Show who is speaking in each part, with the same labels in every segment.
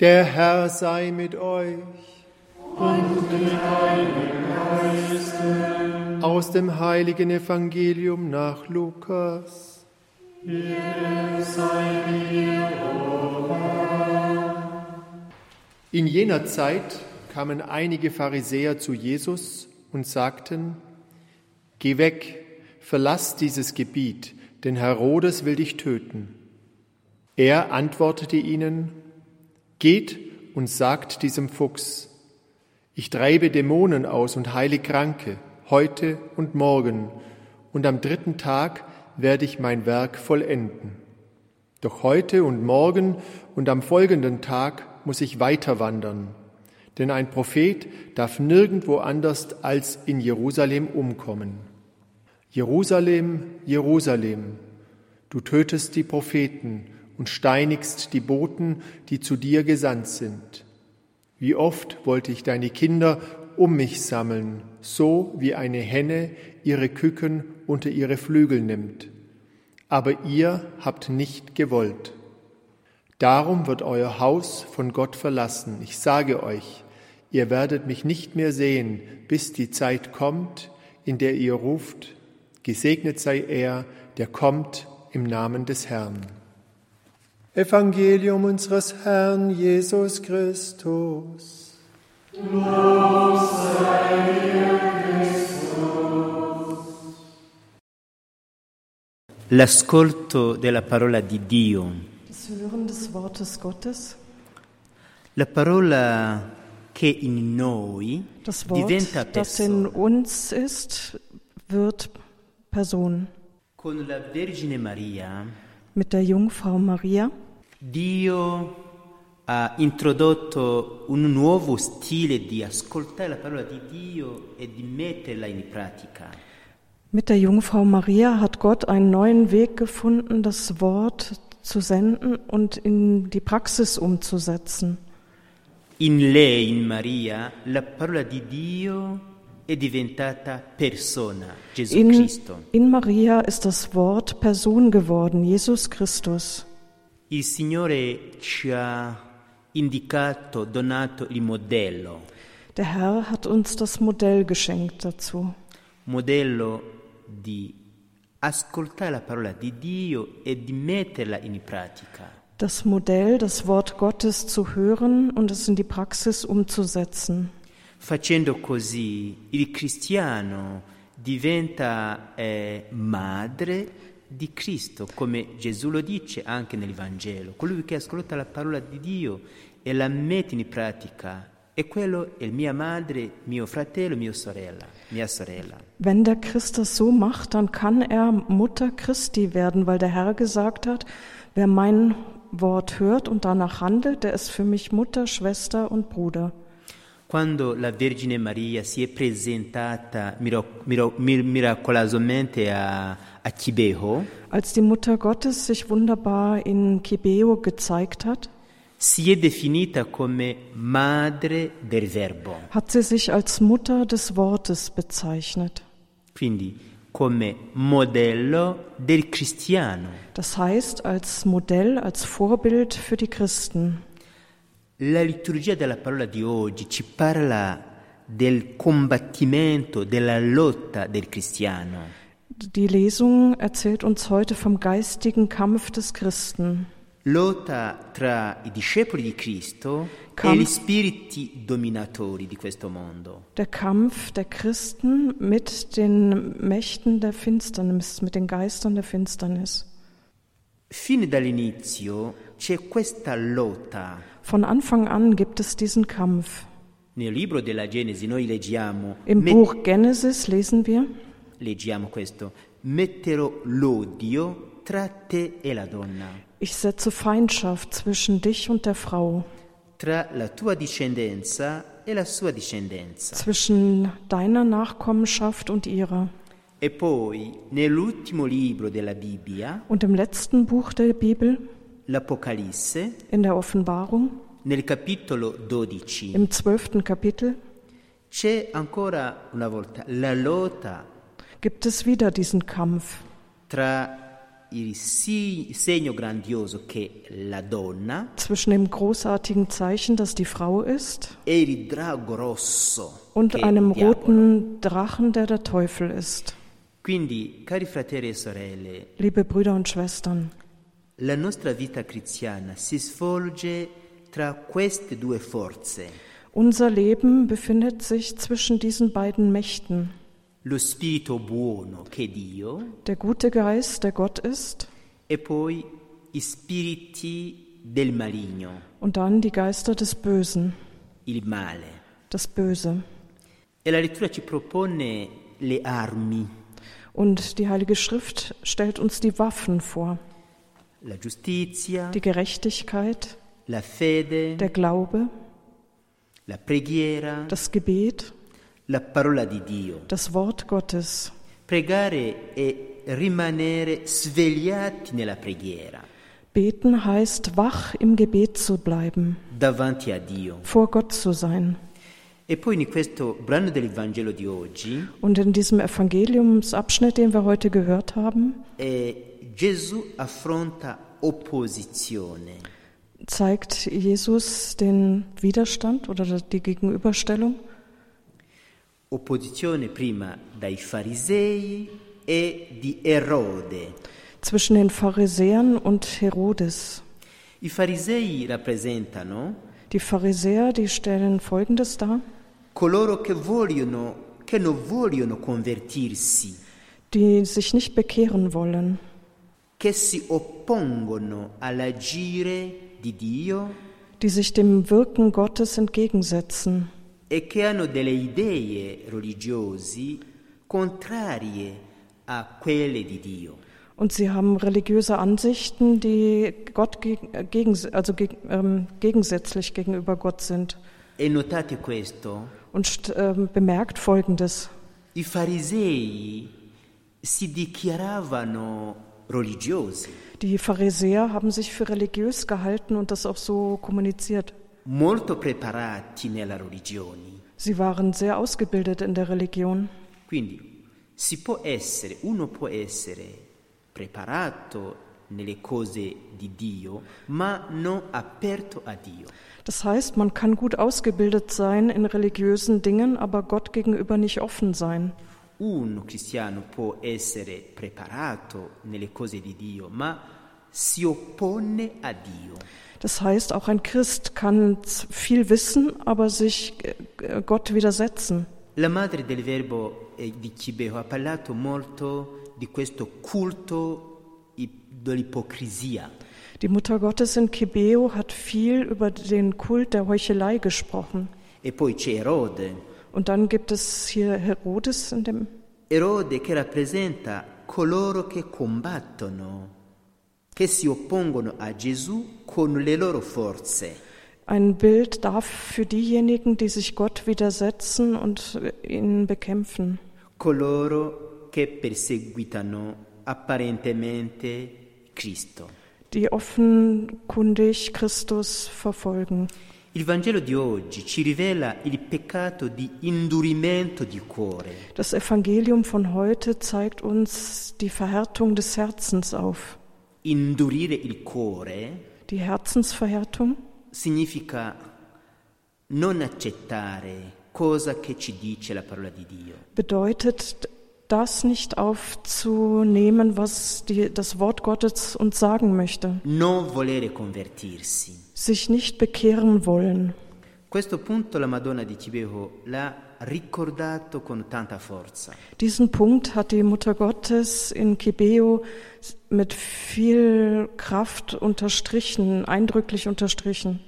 Speaker 1: Der Herr sei mit euch.
Speaker 2: Und mit deinem Geiste.
Speaker 1: Aus dem heiligen Evangelium nach Lukas. In jener Zeit kamen einige Pharisäer zu Jesus und sagten, Geh weg, verlass dieses Gebiet, denn Herodes will dich töten. Er antwortete ihnen, Geht und sagt diesem Fuchs, ich treibe Dämonen aus und heile Kranke, heute und morgen, und am dritten Tag werde ich mein Werk vollenden. Doch heute und morgen und am folgenden Tag muss ich weiter wandern, denn ein Prophet darf nirgendwo anders als in Jerusalem umkommen. Jerusalem, Jerusalem, du tötest die Propheten, und steinigst die Boten, die zu dir gesandt sind. Wie oft wollte ich deine Kinder um mich sammeln, so wie eine Henne ihre Küken unter ihre Flügel nimmt. Aber ihr habt nicht gewollt. Darum wird euer Haus von Gott verlassen. Ich sage euch, ihr werdet mich nicht mehr sehen, bis die Zeit kommt, in der ihr ruft, gesegnet sei er, der kommt im Namen des Herrn. Evangelium unseres Herrn Jesus Christus.
Speaker 3: L'ascolto della parola di Dio.
Speaker 4: Das Hören des Wortes Gottes.
Speaker 3: La parola che in noi
Speaker 4: Das
Speaker 3: diventa
Speaker 4: Wort, das in
Speaker 3: persona.
Speaker 4: uns ist, wird Person.
Speaker 3: Con la Vergine Maria
Speaker 4: Mit der Jungfrau Maria
Speaker 3: Dio ha introdotto un nuovo stile di ascoltare la parola di Dio e di metterla in pratica.
Speaker 4: Mit der Jungfrau Maria hat Gott einen neuen Weg gefunden, das Wort zu senden und in die Praxis umzusetzen.
Speaker 3: In lei, in Maria, la parola di Dio è diventata persona, Gesù
Speaker 4: In,
Speaker 3: Cristo.
Speaker 4: in Maria ist das Wort Person geworden, Jesus Christus.
Speaker 3: Il Signore ci ha indicato, donato il modello,
Speaker 4: Der Herr hat uns das Modell geschenkt dazu.
Speaker 3: modello di ascoltare la parola di Dio e di metterla in pratica.
Speaker 4: Das Modell, das Wort Gottes zu hören und es in die Praxis umzusetzen.
Speaker 3: Facendo così il cristiano diventa eh, madre di Cristo, come Gesù lo dice anche nel Vangelo. Colui che ascolta la parola di Dio e la mette in pratica, e quello è mia madre, mio fratello, mia sorella, mia sorella.
Speaker 4: Wenn der Christ das so macht, dann kann er Mutter Christi werden, weil der Herr gesagt hat, wer mein Wort hört und danach handelt, der ist für mich Mutter, Schwester und Bruder.
Speaker 3: Quando la Vergine Maria si è presentata miro- miro- mir- miracolosamente a, a Chibeo,
Speaker 4: Als die Mutter Gottes sich wunderbar in Kibeo gezeigt hat,
Speaker 3: si è definita come madre del Verbo,
Speaker 4: hat sie sich als Mutter des Wortes bezeichnet.
Speaker 3: quindi come modello del cristiano.
Speaker 4: Das heißt, als Modell, als Vorbild für die Christen.
Speaker 3: La liturgia della parola di oggi ci parla del combattimento, della lotta del cristiano.
Speaker 4: Die Lesung erzählt uns heute vom geistigen Kampf des Christen.
Speaker 3: Lotta tra i discepoli di Cristo
Speaker 4: Cam-
Speaker 3: e gli spiriti dominatori di questo mondo.
Speaker 4: Der Kampf der Christen mit den Mächten der Finsternis, mit den Geistern der Finsternis.
Speaker 3: Fin dall'inizio c'è questa lotta.
Speaker 4: Von Anfang an gibt es diesen Kampf.
Speaker 3: Nel libro della Genesi noi leggiamo,
Speaker 4: Im
Speaker 3: "Me-
Speaker 4: Buch Genesis lesen wir,
Speaker 3: leggiamo questo, metterò l'odio tra te e la donna,
Speaker 4: ich setze Feindschaft zwischen dich und der Frau,
Speaker 3: tra la tua discendenza e la sua discendenza.
Speaker 4: zwischen deiner Nachkommenschaft und ihrer.
Speaker 3: E poi nell'ultimo libro della Bibbia,
Speaker 4: Und im letzten Buch der Bibel,
Speaker 3: l'Apocalisse,
Speaker 4: in der Offenbarung,
Speaker 3: nel capitolo 12,
Speaker 4: im zwölften Kapitel,
Speaker 3: c'è ancora una volta la lotta
Speaker 4: gibt es wieder diesen Kampf
Speaker 3: tra il si- segno grandioso che la donna
Speaker 4: zwischen dem großartigen Zeichen, dass die Frau ist,
Speaker 3: e il drago rosso
Speaker 4: und
Speaker 3: che è il
Speaker 4: einem
Speaker 3: diavolo.
Speaker 4: roten Drachen, der der Teufel ist.
Speaker 3: Quindi, cari fratelli e sorelle,
Speaker 4: Liebe Brüder und Schwestern,
Speaker 3: la nostra vita cristiana si svolge tra queste due forze,
Speaker 4: unser Leben befindet sich zwischen diesen beiden Mächten.
Speaker 3: lo spirito buono che è Dio
Speaker 4: Der gute Geist, der Gott ist,
Speaker 3: e poi i spiriti del maligno,
Speaker 4: und dann die Geister des Bösen,
Speaker 3: il male.
Speaker 4: das Böse.
Speaker 3: E la lettura ci propone le armi,
Speaker 4: Und die Heilige Schrift stellt uns die Waffen vor,
Speaker 3: la giustizia,
Speaker 4: die Gerechtigkeit,
Speaker 3: la fede,
Speaker 4: der Glaube,
Speaker 3: la preghiera,
Speaker 4: das Gebet,
Speaker 3: la parola di Dio.
Speaker 4: das Wort Gottes.
Speaker 3: Pregare è rimanere svegliati nella preghiera,
Speaker 4: Beten heißt, wach im Gebet zu bleiben,
Speaker 3: davanti a Dio.
Speaker 4: vor Gott zu sein.
Speaker 3: E poi in questo brano del Vangelo di oggi
Speaker 4: Und in diesem Evangeliumsabschnitt, den wir heute gehört haben,
Speaker 3: eh, Gesù affronta opposizione.
Speaker 4: zeigt Jesus den Widerstand oder die Gegenüberstellung
Speaker 3: Opposizione prima dai farisei e di Erode.
Speaker 4: zwischen den Pharisäern und Herodes.
Speaker 3: I farisei rappresentano
Speaker 4: Die Pharisäer, die stellen Folgendes dar.
Speaker 3: coloro che vogliono, che non vogliono convertirsi,
Speaker 4: die sich nicht bekehren wollen,
Speaker 3: che si oppongono all'agire di Dio
Speaker 4: die sich dem Wirken Gottes entgegensetzen,
Speaker 3: e che hanno delle idee religiose contrarie a quelle di Dio.
Speaker 4: und sie haben religiöse Ansichten, die Gott geg- äh, gegen, also geg, ähm, gegensätzlich gegenüber Gott sind.
Speaker 3: E notate questo,
Speaker 4: Und st- ähm, bemerkt Folgendes.
Speaker 3: i farisei si dichiaravano religiosi,
Speaker 4: Die Pharisäer haben sich für religiös gehalten und das auch so kommuniziert.
Speaker 3: molto preparati nella religione.
Speaker 4: Sie waren sehr ausgebildet in der Religion.
Speaker 3: Quindi si può essere, uno può essere preparato nelle cose di Dio, ma non aperto a Dio.
Speaker 4: Das heißt, man kann gut ausgebildet sein in religiösen Dingen, aber Gott gegenüber nicht offen sein.
Speaker 3: Un cristiano può essere preparato nelle cose di Dio, ma si oppone a Dio.
Speaker 4: Das heißt, auch ein Christ kann z- viel wissen, aber sich äh, Gott widersetzen.
Speaker 3: La madre del verbo eh, di Cibeo ha parlato molto di questo culto i- dell'ipocrisia.
Speaker 4: Die Mutter Gottes in Kibeo hat viel über den Kult der Heuchelei gesprochen.
Speaker 3: E poi c'è Erode,
Speaker 4: Und dann gibt es hier Herodes in dem
Speaker 3: Erode che rappresenta coloro che combattono, che si oppongono a Gesù con le loro forze.
Speaker 4: ein Bild darf für diejenigen, die sich Gott widersetzen und äh, ihn bekämpfen.
Speaker 3: coloro che perseguitano apparentemente Cristo.
Speaker 4: Die offenkundig Christus verfolgen.
Speaker 3: Il Vangelo di oggi ci rivela il peccato di indurimento di cuore,
Speaker 4: Das Evangelium von heute zeigt uns die Verhärtung des Herzens auf.
Speaker 3: indurire il cuore
Speaker 4: Die Herzensverhärtung
Speaker 3: significa non accettare cosa che ci dice la parola di Dio.
Speaker 4: bedeutet, das nicht aufzunehmen, was die, das Wort Gottes uns sagen möchte.
Speaker 3: Non volere convertirsi.
Speaker 4: Sich nicht bekehren wollen.
Speaker 3: Questo punto la Madonna di Cibeo l'ha ricordato con tanta forza.
Speaker 4: Diesen Punkt hat die Mutter Gottes in Kibeo mit viel Kraft unterstrichen, eindrücklich unterstrichen.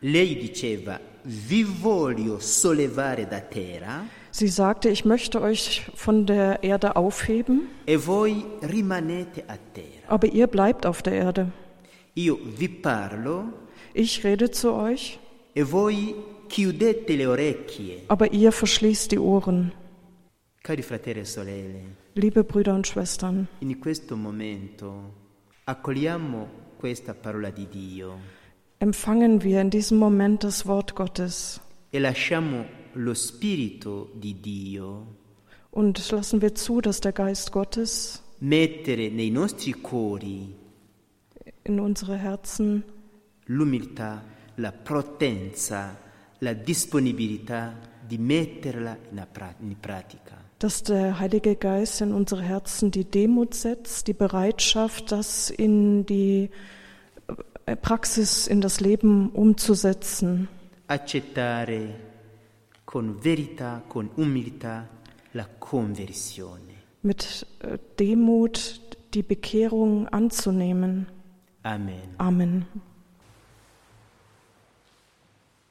Speaker 3: Lei diceva, vi voglio sollevare da terra
Speaker 4: Sie sagte, ich möchte euch von der Erde aufheben,
Speaker 3: e voi rimanete a terra.
Speaker 4: aber ihr bleibt auf der Erde.
Speaker 3: Io vi parlo
Speaker 4: Ich rede zu euch,
Speaker 3: e voi chiudete le orecchie.
Speaker 4: aber ihr verschließt die Ohren.
Speaker 3: Cari fratelli e sorelle,
Speaker 4: Liebe Brüder und Schwestern,
Speaker 3: in questo momento accogliamo questa parola di Dio
Speaker 4: empfangen wir in diesem Moment das Wort Gottes
Speaker 3: e lasciamo lo Spirito di Dio
Speaker 4: und lassen wir zu, dass der Geist Gottes
Speaker 3: mettere nei nostri cuori
Speaker 4: in unsere Herzen
Speaker 3: l'umiltà, la potenza, la disponibilità di metterla in, pra- in pratica.
Speaker 4: dass der Heilige Geist in unsere Herzen die Demut setzt, die Bereitschaft, das in die äh, Praxis, in das Leben umzusetzen,
Speaker 3: Accettare con verità, con umiltà la conversione.
Speaker 4: mit äh, Demut die Bekehrung anzunehmen.
Speaker 3: Amen.
Speaker 4: Amen.